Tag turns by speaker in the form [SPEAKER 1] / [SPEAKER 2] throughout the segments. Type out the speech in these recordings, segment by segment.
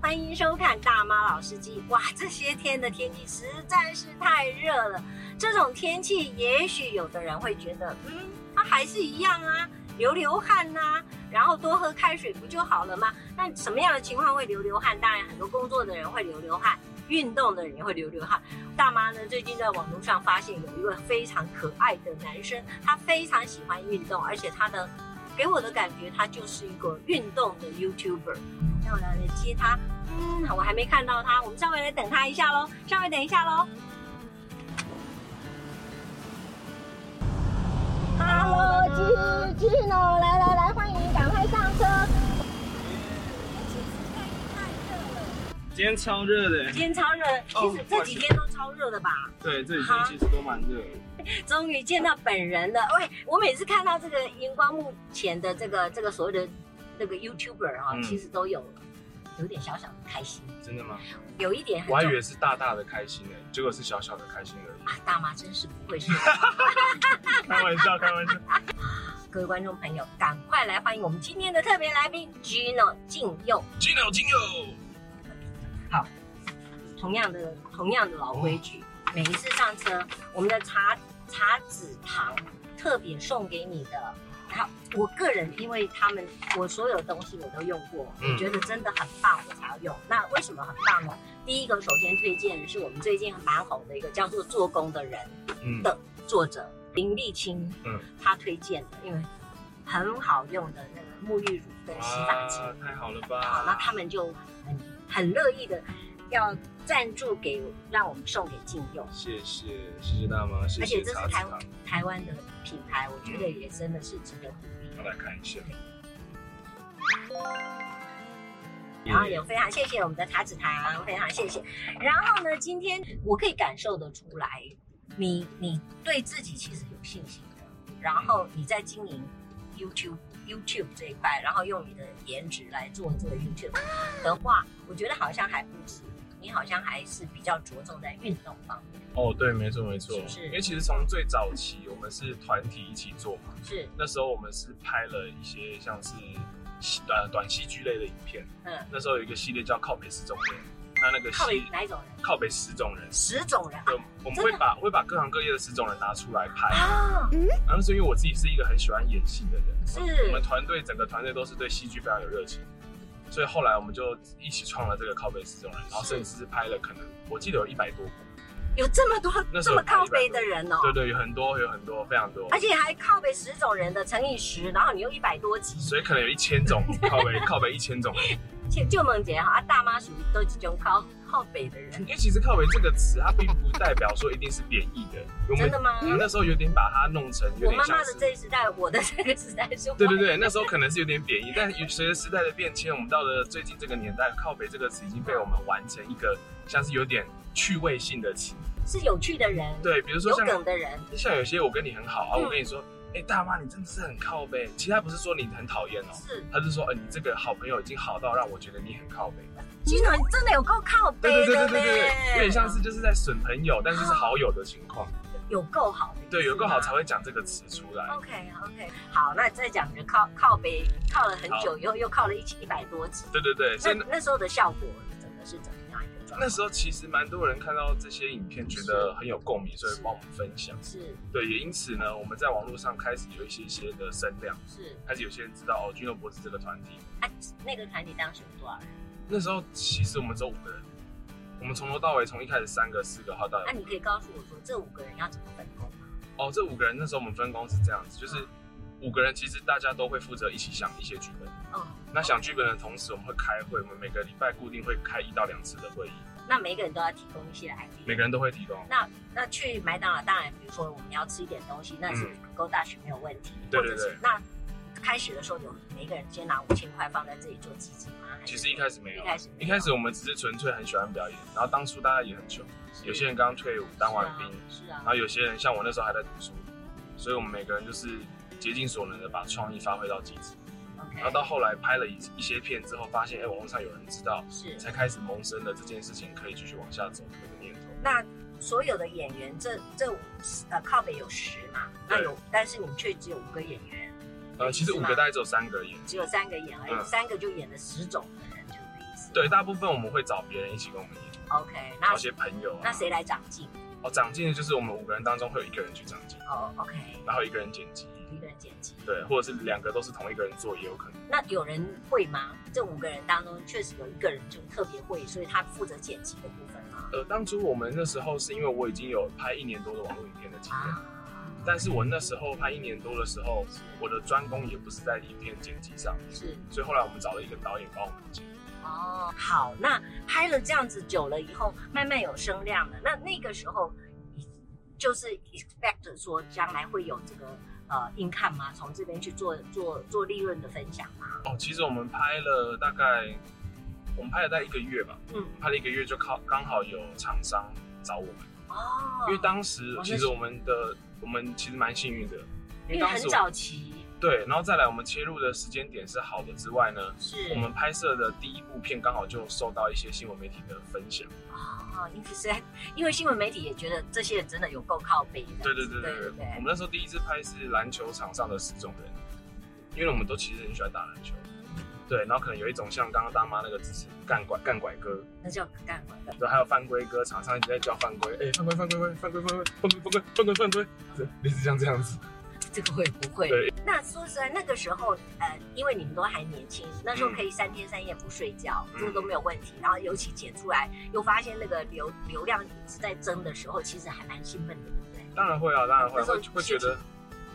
[SPEAKER 1] 欢迎收看《大妈老司机》。哇，这些天的天气实在是太热了。这种天气，也许有的人会觉得，嗯，它、啊、还是一样啊，流流汗呐、啊，然后多喝开水不就好了吗？那什么样的情况会流流汗？当然，很多工作的人会流流汗，运动的人也会流流汗。大妈呢，最近在网络上发现有一个非常可爱的男生，他非常喜欢运动，而且他的给我的感觉，他就是一个运动的 YouTuber。让我来接他，嗯，我还没看到他，我们稍微来等他一下喽，稍微等一下喽。Hello，吉吉诺，来来来，欢迎，赶快上车。
[SPEAKER 2] 今天超热的，
[SPEAKER 1] 今天超热，
[SPEAKER 2] 哦
[SPEAKER 1] 其实这几天都超热的吧？
[SPEAKER 2] 对，这几天其实都蛮热。
[SPEAKER 1] 终于见到本人了，喂，我每次看到这个荧光幕前的这个这个所谓的。那个 YouTuber 哈、哦，嗯、其实都有有点小小的开心。
[SPEAKER 2] 真的吗？
[SPEAKER 1] 有一点很，
[SPEAKER 2] 我还以为是大大的开心呢、欸，结果是小小的开心而已。
[SPEAKER 1] 啊，大妈真是不会说。
[SPEAKER 2] 开玩笑，开玩笑。
[SPEAKER 1] 各位观众朋友，赶快来欢迎我们今天的特别来宾 Gino 静佑。
[SPEAKER 2] Gino 静佑。
[SPEAKER 1] 好，同样的同样的老规矩，哦、每一次上车，我们的茶茶籽糖特别送给你的。好，我个人因为他们，我所有东西我都用过，我觉得真的很棒，我才要用。那为什么很棒呢？第一个，首先推荐的是我们最近蛮红的一个叫做《做工的人》
[SPEAKER 2] 嗯
[SPEAKER 1] 的作者林立清，嗯，他推荐的，因为很好用的那个沐浴乳跟洗发精，
[SPEAKER 2] 太好了吧？
[SPEAKER 1] 好，那他们就很很乐意的要赞助给让我们送给静用，
[SPEAKER 2] 谢谢谢谢大妈，谢谢
[SPEAKER 1] 而且这是台台湾的。品牌，我觉得也真的是值得鼓励。
[SPEAKER 2] 我来看一下，
[SPEAKER 1] 然后也非常谢谢我们的茶子堂，非常谢谢。然后呢，今天我可以感受得出来，你你对自己其实有信心的，然后你在经营 YouTube YouTube 这一块，然后用你的颜值来做这个 YouTube 的话，我觉得好像还不止。你好像还是比较着重在运动方面
[SPEAKER 2] 哦，对，没错没错，
[SPEAKER 1] 是是？
[SPEAKER 2] 因为其实从最早期我们是团体一起做嘛，
[SPEAKER 1] 是
[SPEAKER 2] 那时候我们是拍了一些像是呃短戏剧类的影片，嗯，那时候有一个系列叫《靠北十种人》，那那个
[SPEAKER 1] 靠北哪一种人？
[SPEAKER 2] 靠北十种人，
[SPEAKER 1] 十种人，
[SPEAKER 2] 对，我们会把会把各行各业的十种人拿出来拍啊，嗯，然后是因为我自己是一个很喜欢演戏的人，
[SPEAKER 1] 是
[SPEAKER 2] 我们团队整个团队都是对戏剧非常有热情。所以后来我们就一起创了这个靠背十种人，然后甚至是拍了可能我记得有一百多部，
[SPEAKER 1] 有这么多这么靠背的人哦，啊
[SPEAKER 2] 对对，有很多有很多非常多，
[SPEAKER 1] 而且还靠背十种人的乘以十，然后你用一百多集，
[SPEAKER 2] 所以可能有一千种靠背靠背一千种。
[SPEAKER 1] 就梦姐哈，大妈属于都几种靠靠北的人，因
[SPEAKER 2] 为其实靠北这个词，它并不代表说一定是贬义的。
[SPEAKER 1] 真的吗？
[SPEAKER 2] 那时候有点把它弄成有
[SPEAKER 1] 点，我妈妈的这一时代，我的这个时代是。
[SPEAKER 2] 对对对，那时候可能是有点贬义，但随着时代的变迁，我们到了最近这个年代，靠北这个词已经被我们完成一个像是有点趣味性的词，
[SPEAKER 1] 是有趣的人，
[SPEAKER 2] 对，比如说
[SPEAKER 1] 有梗的人，
[SPEAKER 2] 像有些我跟你很好啊，我跟你说。哎、欸，大妈，你真的是很靠背。其他不是说你很讨厌哦，
[SPEAKER 1] 是，
[SPEAKER 2] 他是说，呃，你这个好朋友已经好到让我觉得你很靠背。
[SPEAKER 1] 金总真的有够靠背
[SPEAKER 2] 对对对对对对，有点像是就是在损朋友，但是是好友的情况。
[SPEAKER 1] 有够好的，
[SPEAKER 2] 对，有够好才会讲这个词出来。
[SPEAKER 1] OK OK，好，那再讲就靠靠背，靠了很久以后又靠了一一百多集。
[SPEAKER 2] 对对对，
[SPEAKER 1] 所以那时候的效果真的是怎么样一个状态？
[SPEAKER 2] 那时候其实蛮多人看到这些影片，觉得很有共鸣，所以帮我们分享。
[SPEAKER 1] 是，
[SPEAKER 2] 对，也因此呢，我们在网络上开始有一些些的声量，
[SPEAKER 1] 是，
[SPEAKER 2] 开始有些人知道哦，君乐博士这个团体。
[SPEAKER 1] 啊，那个团体当时有多少人？
[SPEAKER 2] 那时候其实我们只有五个人。我们从头到尾，从一开始三个、四个，好到……
[SPEAKER 1] 那、啊、你可以告诉我说，这五个人要怎么分工吗？
[SPEAKER 2] 哦，这五个人那时候我们分工是这样子，就是五个人其实大家都会负责一起想一些剧本。
[SPEAKER 1] 嗯
[SPEAKER 2] 哦。那想剧本的同时，我们会开会，我们每个礼拜固定会开一到两次的会议。
[SPEAKER 1] 那每个人都要提供一些 idea。
[SPEAKER 2] 每个人都会提供。
[SPEAKER 1] 那那去麦当劳，当然，比如说我们要吃一点东西，那是 Go Dash 没有问题。
[SPEAKER 2] 嗯对对对。
[SPEAKER 1] 那开始的时候有每个人先拿五千块放在这里做基金吗？
[SPEAKER 2] 其实一开始没有，
[SPEAKER 1] 一开始
[SPEAKER 2] 一开始我们只是纯粹很喜欢表演。然后当初大家也很穷，有些人刚退伍当完兵，
[SPEAKER 1] 是啊，
[SPEAKER 2] 然后有些人像我那时候还在读书，所以我们每个人就是竭尽所能的把创意发挥到极致。然后到后来拍了一一些片之后，发现哎网络上有人知道，
[SPEAKER 1] 是
[SPEAKER 2] 才开始萌生了这件事情可以继续往下走这个念头。
[SPEAKER 1] 那所有的演员这这呃靠北有十嘛，那有但是你们却只有五个演员。
[SPEAKER 2] 呃呃，其实五个大概只有三个演，
[SPEAKER 1] 哎只有三个演而已，嗯、三个就演了十种的人，就这个意思。
[SPEAKER 2] 对，大部分我们会找别人一起跟我们演，
[SPEAKER 1] OK，
[SPEAKER 2] 找
[SPEAKER 1] 那
[SPEAKER 2] 一些朋友
[SPEAKER 1] 那
[SPEAKER 2] 啊。
[SPEAKER 1] 谁来长进？
[SPEAKER 2] 哦，长进的就是我们五个人当中会有一个人去长进，
[SPEAKER 1] 哦，OK，
[SPEAKER 2] 然后一个人剪辑，
[SPEAKER 1] 一个人剪辑。
[SPEAKER 2] 对，或者是两个都是同一个人做也有可能。
[SPEAKER 1] 那有人会吗？这五个人当中，确实有一个人就特别会，所以他负责剪辑的部分吗？
[SPEAKER 2] 呃，当初我们那时候是因为我已经有拍一年多的网络影片的经验，
[SPEAKER 1] 啊，
[SPEAKER 2] 但是我那时候拍一年多的时候，
[SPEAKER 1] 是
[SPEAKER 2] 我的专攻也不是在影片剪辑上，
[SPEAKER 1] 是
[SPEAKER 2] 所以后来我们找了一个导演帮我们剪。
[SPEAKER 1] 哦，好，那拍了这样子久了以后，慢慢有声量了。那那个时候，你就是 expect 说将来会有这个呃 income 吗？从这边去做做做利润的分享吗？
[SPEAKER 2] 哦，其实我们拍了大概，我们拍了大概一个月吧，
[SPEAKER 1] 嗯，
[SPEAKER 2] 拍了一个月就靠刚好有厂商找我们，
[SPEAKER 1] 哦，
[SPEAKER 2] 因为当时
[SPEAKER 1] 哦
[SPEAKER 2] 其实我们的我们其实蛮幸运的，因
[SPEAKER 1] 因
[SPEAKER 2] 为
[SPEAKER 1] 为
[SPEAKER 2] 当
[SPEAKER 1] 很
[SPEAKER 2] 时我
[SPEAKER 1] 早期
[SPEAKER 2] 对，然后再来我们切入的时间点是好的之外呢，
[SPEAKER 1] 是
[SPEAKER 2] 我们拍摄的第一部片刚好就受到一些新闻媒体的分享。
[SPEAKER 1] 哦，因为实在因为新闻媒体也觉得这些人真的有够靠背的，
[SPEAKER 2] 对对对
[SPEAKER 1] 对
[SPEAKER 2] 对
[SPEAKER 1] 对
[SPEAKER 2] 对，
[SPEAKER 1] 对
[SPEAKER 2] 我们那时候第一次拍是篮球场上的十种人，因为我们都其实很喜欢打篮球，对，然后可能有一种像刚刚大妈那个姿势，干拐干拐哥，
[SPEAKER 1] 那叫干管的。
[SPEAKER 2] 对，还有犯规哥，场上一直在叫犯规，哎、犯规犯规犯规犯规犯规犯规犯规犯规，对，类似像这样子，
[SPEAKER 1] 这个会不会？
[SPEAKER 2] 对
[SPEAKER 1] 那说实在，那个时候，呃，因为你们都还年轻，那时候
[SPEAKER 2] 嗯
[SPEAKER 1] 可以三天三夜不睡觉，
[SPEAKER 2] 嗯
[SPEAKER 1] 这个都没有问题。然后尤其剪出来，又发现那个流流量一直在增的时候，其实还蛮兴奋的，对不对？
[SPEAKER 2] 当然会啊，当然会
[SPEAKER 1] 那时候
[SPEAKER 2] 会会觉得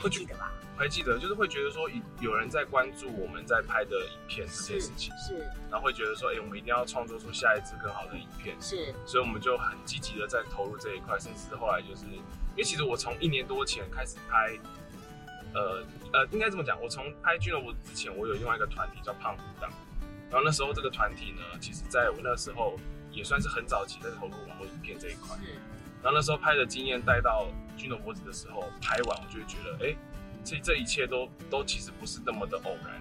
[SPEAKER 1] 还记得吧？
[SPEAKER 2] 还记得，就是会觉得说有人在关注我们在拍的影片这
[SPEAKER 1] 是
[SPEAKER 2] 件事情，
[SPEAKER 1] 是
[SPEAKER 2] 然后会觉得说，哎、我们一定要创作出下一支更好的影片，
[SPEAKER 1] 是，
[SPEAKER 2] 所以我们就很积极的在投入这一块，甚至后来就是，因为其实我从一年多前开始拍，呃呃，应该这么讲，我从拍俱乐部之前，我有另外一个团体叫胖虎党，然后那时候这个团体呢，其实在我那时候也算是很早期在投入网络影片这一块，
[SPEAKER 1] 是
[SPEAKER 2] 然后那时候拍的经验带到俱乐部的时候，拍完我就会觉得，哎、这这一切都都其实不是那么的偶然，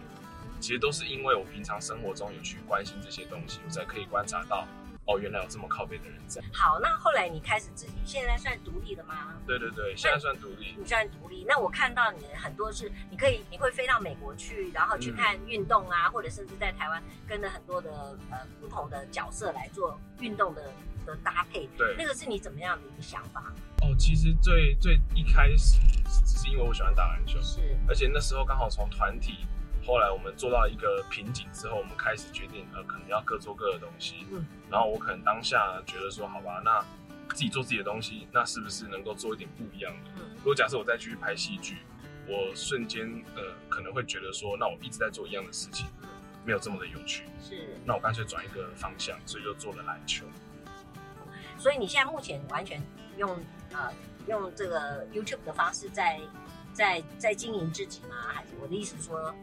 [SPEAKER 2] 其实都是因为我平常生活中有去关心这些东西，我才可以观察到。哦，原来有这么靠背的人在。
[SPEAKER 1] 好。那后来你开始自己，现在算独立了吗？
[SPEAKER 2] 对对对，现在算独立。
[SPEAKER 1] 你算独立，那我看到你很多是，你可以你会飞到美国去，然后去看运动啊，或者甚至在台湾跟着很多的呃不同的角色来做运动的的搭配，
[SPEAKER 2] 对
[SPEAKER 1] 那个是你怎么样的一个想法？
[SPEAKER 2] 哦，其实最最一开始只是因为我喜欢打篮球，
[SPEAKER 1] 是
[SPEAKER 2] 而且那时候刚好从团体，后来我们做到一个瓶颈之后，我们开始决定呃，可能要各做各的东西。
[SPEAKER 1] 嗯
[SPEAKER 2] 然后我可能当下觉得说，好吧，那自己做自己的东西，那是不是能够做一点不一样的？
[SPEAKER 1] 嗯
[SPEAKER 2] 如果假设我再去拍戏剧，我瞬间呃可能会觉得说，那我一直在做一样的事情，没有这么的有趣。
[SPEAKER 1] 是，
[SPEAKER 2] 那我干脆转一个方向，所以就做了篮球。
[SPEAKER 1] 所以你现在目前完全用呃用这个 YouTube 的方式在在在经营自己吗？还是我的意思说，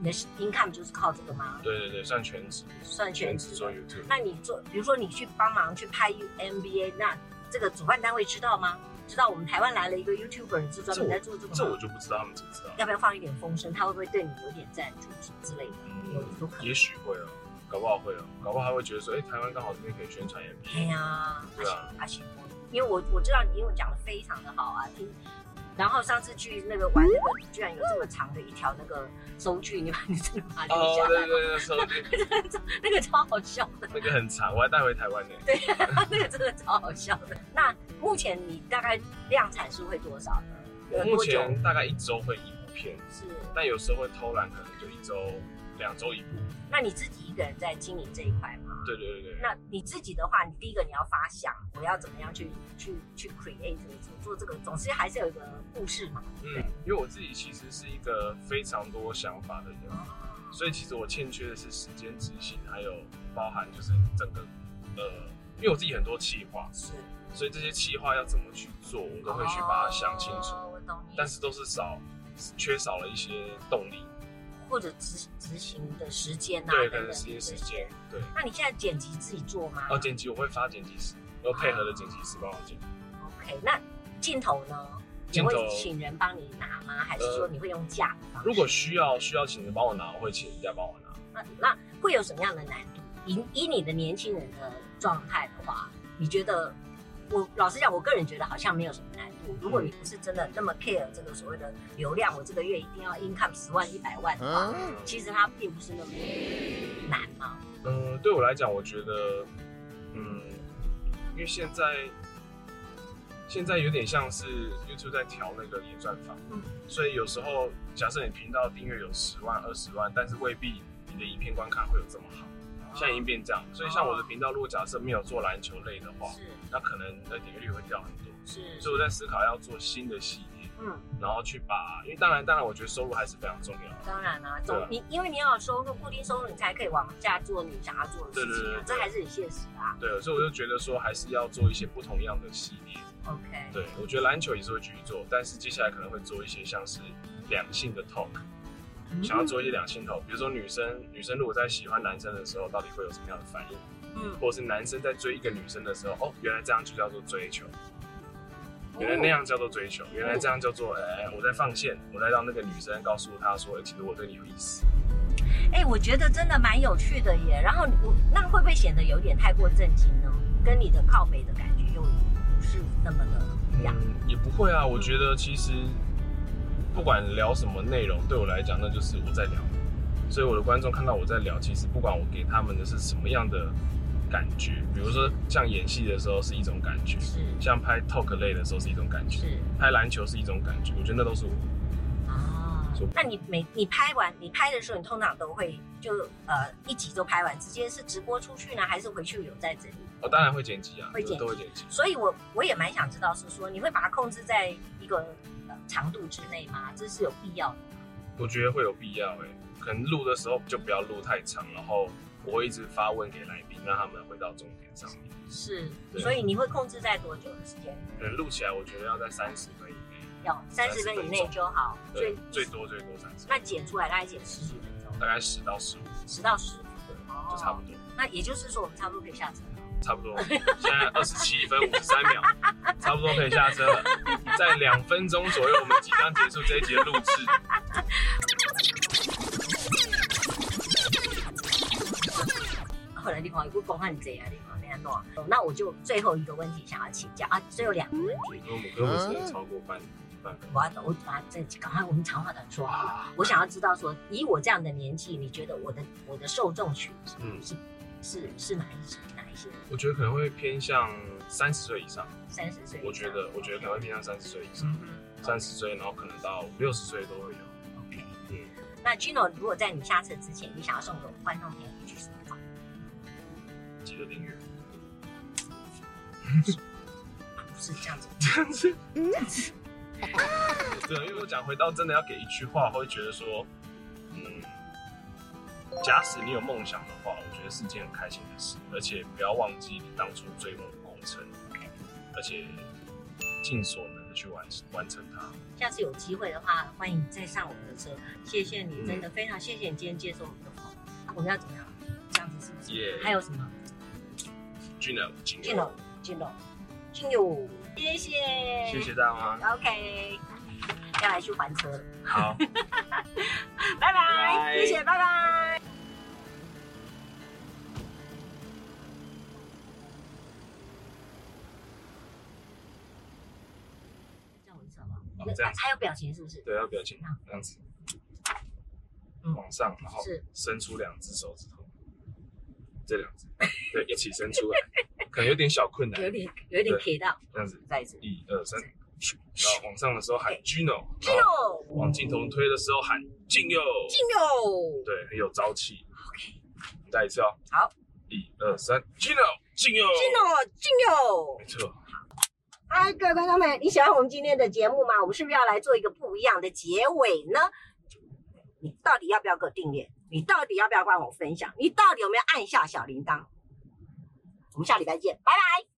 [SPEAKER 1] 你的 income 就是靠这个吗？
[SPEAKER 2] 对对对，算全职，嗯
[SPEAKER 1] 算全职
[SPEAKER 2] 职做 YouTube。
[SPEAKER 1] 那你做，比如说你去帮忙去拍 MBA，那这个主办单位知道吗？知道我们台湾来了一个 YouTuber，你是专门在做这个吗？
[SPEAKER 2] 这我就不知道他们知不知道，
[SPEAKER 1] 要不要放一点风声？他会不会对你有点赞助之类的？有有嗯可能。
[SPEAKER 2] 也许会哦，搞不好会哦，搞不好他会觉得说，哎、台湾刚好这边可以宣传 NBA，
[SPEAKER 1] 哎呀，
[SPEAKER 2] 对啊
[SPEAKER 1] 阿信，阿信因为我我知道你英文讲的非常的好啊，听。然后上次去那个玩那个，居然有这么长的一条那个收据，你把你真的把它留
[SPEAKER 2] 哦，
[SPEAKER 1] 下
[SPEAKER 2] 对
[SPEAKER 1] 来
[SPEAKER 2] 对对，手机
[SPEAKER 1] 那个超好笑的。
[SPEAKER 2] 那个很长，我还带回台湾呢。
[SPEAKER 1] 对，那个真的超好笑的。那目前你大概量产数会多少呢？
[SPEAKER 2] 我
[SPEAKER 1] 有
[SPEAKER 2] 目
[SPEAKER 1] 多久
[SPEAKER 2] 前大概一周会一部片，
[SPEAKER 1] 是？
[SPEAKER 2] 但有时候会偷懒，可能就一周、两周一部。
[SPEAKER 1] 那你自己一个人在经营这一块吗？
[SPEAKER 2] 对对对对，
[SPEAKER 1] 那你自己的话，你第一个你要发想，我要怎么样去去去 create 这个做这个，总之还是有一个故事嘛。
[SPEAKER 2] 嗯，因为我自己其实是一个非常多想法的人，所以其实我欠缺的是时间执行，还有包含就是整个呃，因为我自己很多企划，
[SPEAKER 1] 是，
[SPEAKER 2] 所以这些企划要怎么去做，我都会去把它想清楚，
[SPEAKER 1] 哦我懂你。
[SPEAKER 2] 但是都是少缺少了一些动力，
[SPEAKER 1] 或者执执行的时间呐、啊，
[SPEAKER 2] 对，可
[SPEAKER 1] 等
[SPEAKER 2] 能
[SPEAKER 1] 等
[SPEAKER 2] 时间时
[SPEAKER 1] 这些
[SPEAKER 2] 间，对。
[SPEAKER 1] 那你现在剪辑自己做吗、
[SPEAKER 2] 然后剪辑我会发剪辑师，然后配合的剪辑师帮我剪。
[SPEAKER 1] o k 那镜头呢？你
[SPEAKER 2] 镜头呃
[SPEAKER 1] 会请人帮你拿吗？还是说你会用架的方式？
[SPEAKER 2] 如果需要需要请人帮我拿，我会请人家帮我拿。
[SPEAKER 1] 那啊那会有什么样的难度？以以你的年轻人的状态的话，你觉得我老实讲，我个人觉得好像没有什么难度。如果你不是真的那么 care 这个所谓的流量，我这个月一定要 income 十万、一百万的话，
[SPEAKER 2] 嗯
[SPEAKER 1] 其实它并不是那么难嘛。
[SPEAKER 2] 嗯，对我来讲，我觉得，嗯，因为现在现在有点像是 YouTube 在调那个演算法，
[SPEAKER 1] 嗯
[SPEAKER 2] 所以有时候假设你频道订阅有十万、二十万，但是未必你的影片观看会有这么好，现在已经变这样。所以像我的频道，如果假设没有做篮球类的话，那可能的点阅率会掉很多。
[SPEAKER 1] 是
[SPEAKER 2] 所
[SPEAKER 1] 是，
[SPEAKER 2] 以我在思考要做新的系列，
[SPEAKER 1] 嗯，
[SPEAKER 2] 然后去把，因为当然当然，我觉得收入还是非常重要。
[SPEAKER 1] 当然啦、总
[SPEAKER 2] 对啊
[SPEAKER 1] 你因为你要有收入，固定收入，你才可以往下做你想要做的事情、啊，
[SPEAKER 2] 对对对对
[SPEAKER 1] 这还是很现实啊。
[SPEAKER 2] 对，所以我就觉得说还是要做一些不同样的系列。
[SPEAKER 1] OK，
[SPEAKER 2] 对，我觉得篮球也是会继续做，但是接下来可能会做一些像是两性的 talk，想要做一些两性 talk，比如说女生女生如果在喜欢男生的时候，到底会有什么样的反应，
[SPEAKER 1] 嗯，
[SPEAKER 2] 或者是男生在追一个女生的时候，哦，原来这样就叫做追求，原来那样叫做追求，原来这样叫做，哎、我在放线，我在让那个女生告诉她说，哎其实我对你有意思。
[SPEAKER 1] 哎、我觉得真的蛮有趣的耶。然后我那会不会显得有点太过震惊呢？跟你的靠北的感觉又不是那么的一样。
[SPEAKER 2] 嗯，也不会啊，我觉得其实不管聊什么内容，对我来讲那就是我在聊，所以我的观众看到我在聊，其实不管我给他们的是什么样的感觉，比如说像演戏的时候是一种感觉，
[SPEAKER 1] 是
[SPEAKER 2] 像拍 talk 类的时候是一种感觉，
[SPEAKER 1] 是
[SPEAKER 2] 拍篮球是一种感觉，我觉得那都是我。
[SPEAKER 1] 啊
[SPEAKER 2] 就，
[SPEAKER 1] 那你每你拍完你拍的时候，你通常都会就呃一集都拍完，直接是直播出去呢，还是回去有在整理？
[SPEAKER 2] 哦，当然会剪辑啊，
[SPEAKER 1] 会剪辑
[SPEAKER 2] 都会剪辑。
[SPEAKER 1] 所以我我也蛮想知道，是说你会把它控制在一个呃长度之内吗？这是有必要的。
[SPEAKER 2] 我觉得会有必要哎、可能录的时候就不要录太长，然后我会一直发问给来宾，让他们回到重点上面。
[SPEAKER 1] 是，
[SPEAKER 2] 对
[SPEAKER 1] 所以你会控制在多久的时间？
[SPEAKER 2] 可能录起来，我觉得要在三十分以内。
[SPEAKER 1] 要三十分以内就好。所
[SPEAKER 2] 对
[SPEAKER 1] 以，
[SPEAKER 2] 最多最多三十，
[SPEAKER 1] 那剪出来大概剪十几分钟，
[SPEAKER 2] 大概十到十五，
[SPEAKER 1] 十到十
[SPEAKER 2] 对，
[SPEAKER 1] 哦
[SPEAKER 2] 就差不多，
[SPEAKER 1] 那也就是说，我们差不多可以下车了。
[SPEAKER 2] 差不多。现在二十七分五十三秒，差不多可以下车了。在两分钟左右，我们即将结束这一集的录制。
[SPEAKER 1] 后来你朋友不公开你这样，你朋友那样弄。那我就最后一个问题想要请教啊，最后两个问题，
[SPEAKER 2] 我们跟我们只能
[SPEAKER 1] 嗯
[SPEAKER 2] 超过半半分。
[SPEAKER 1] 我要我把这赶快我们长话短说好了。我想要知道说，以我这样的年纪，你觉得我的我的受众群是、
[SPEAKER 2] 嗯
[SPEAKER 1] 是是是哪一些哪一些？
[SPEAKER 2] 我觉得可能会偏向三十岁以上，
[SPEAKER 1] 三十岁以上？
[SPEAKER 2] 我觉得，我觉得可能会偏向三十岁以上，
[SPEAKER 1] 嗯
[SPEAKER 2] 三十岁，然后可能到六十岁都会有。
[SPEAKER 1] OK。
[SPEAKER 2] 嗯，
[SPEAKER 1] 那 Gino，如果在你下车之前，你想要送给我们观众朋友一句什么话？
[SPEAKER 2] 记得订阅。
[SPEAKER 1] 啊不是这样子，
[SPEAKER 2] 对，啊因为我讲回到真的要给一句话，我会觉得说，嗯，假使你有梦想的话，我觉得是件很开心的事，而且不要忘记你当初追梦的过程，而且尽所能的去完完成它。
[SPEAKER 1] 下次有机会的话，欢迎再上我们的车。谢谢你，
[SPEAKER 2] 嗯
[SPEAKER 1] 真的非常谢谢你今天接受我们的访问。啊我们要怎么样？这样子是不是
[SPEAKER 2] Yeah
[SPEAKER 1] 还有什么
[SPEAKER 2] 俊能，尽力
[SPEAKER 1] ？Gino Gino Gino，谢谢，
[SPEAKER 2] 谢谢大家，
[SPEAKER 1] OK，要来去还车了，
[SPEAKER 2] 好。
[SPEAKER 1] 拜拜，
[SPEAKER 2] 拜
[SPEAKER 1] 谢谢，拜拜。这样我就知道了
[SPEAKER 2] 好哦这样子
[SPEAKER 1] 还有表情是不是？
[SPEAKER 2] 对，要表
[SPEAKER 1] 嗯
[SPEAKER 2] 情这样子，往上，然后
[SPEAKER 1] 是
[SPEAKER 2] 伸出两只手指头，这两只，对，一起伸出来，可能有点小困难
[SPEAKER 1] 有，点有点
[SPEAKER 2] 对
[SPEAKER 1] 铁到，
[SPEAKER 2] 这样子，
[SPEAKER 1] 再一次。
[SPEAKER 2] 一二三，然后往上的时候喊 Gino，
[SPEAKER 1] 进哦，
[SPEAKER 2] 往镜头推的时候喊进右，
[SPEAKER 1] 进哦。
[SPEAKER 2] 对，很有朝气。OK，再一次哦。
[SPEAKER 1] 好，
[SPEAKER 2] 一二三，进右，进右，
[SPEAKER 1] 进哦，进哦
[SPEAKER 2] 没！错。
[SPEAKER 1] 哎，各位观众们，你喜欢我们今天的节目吗？我们是不是要来做一个不一样的结尾呢？你到底要不要给我订阅？你到底要不要帮我分享？你到底有没有按下小铃铛？我们下礼拜见，拜拜。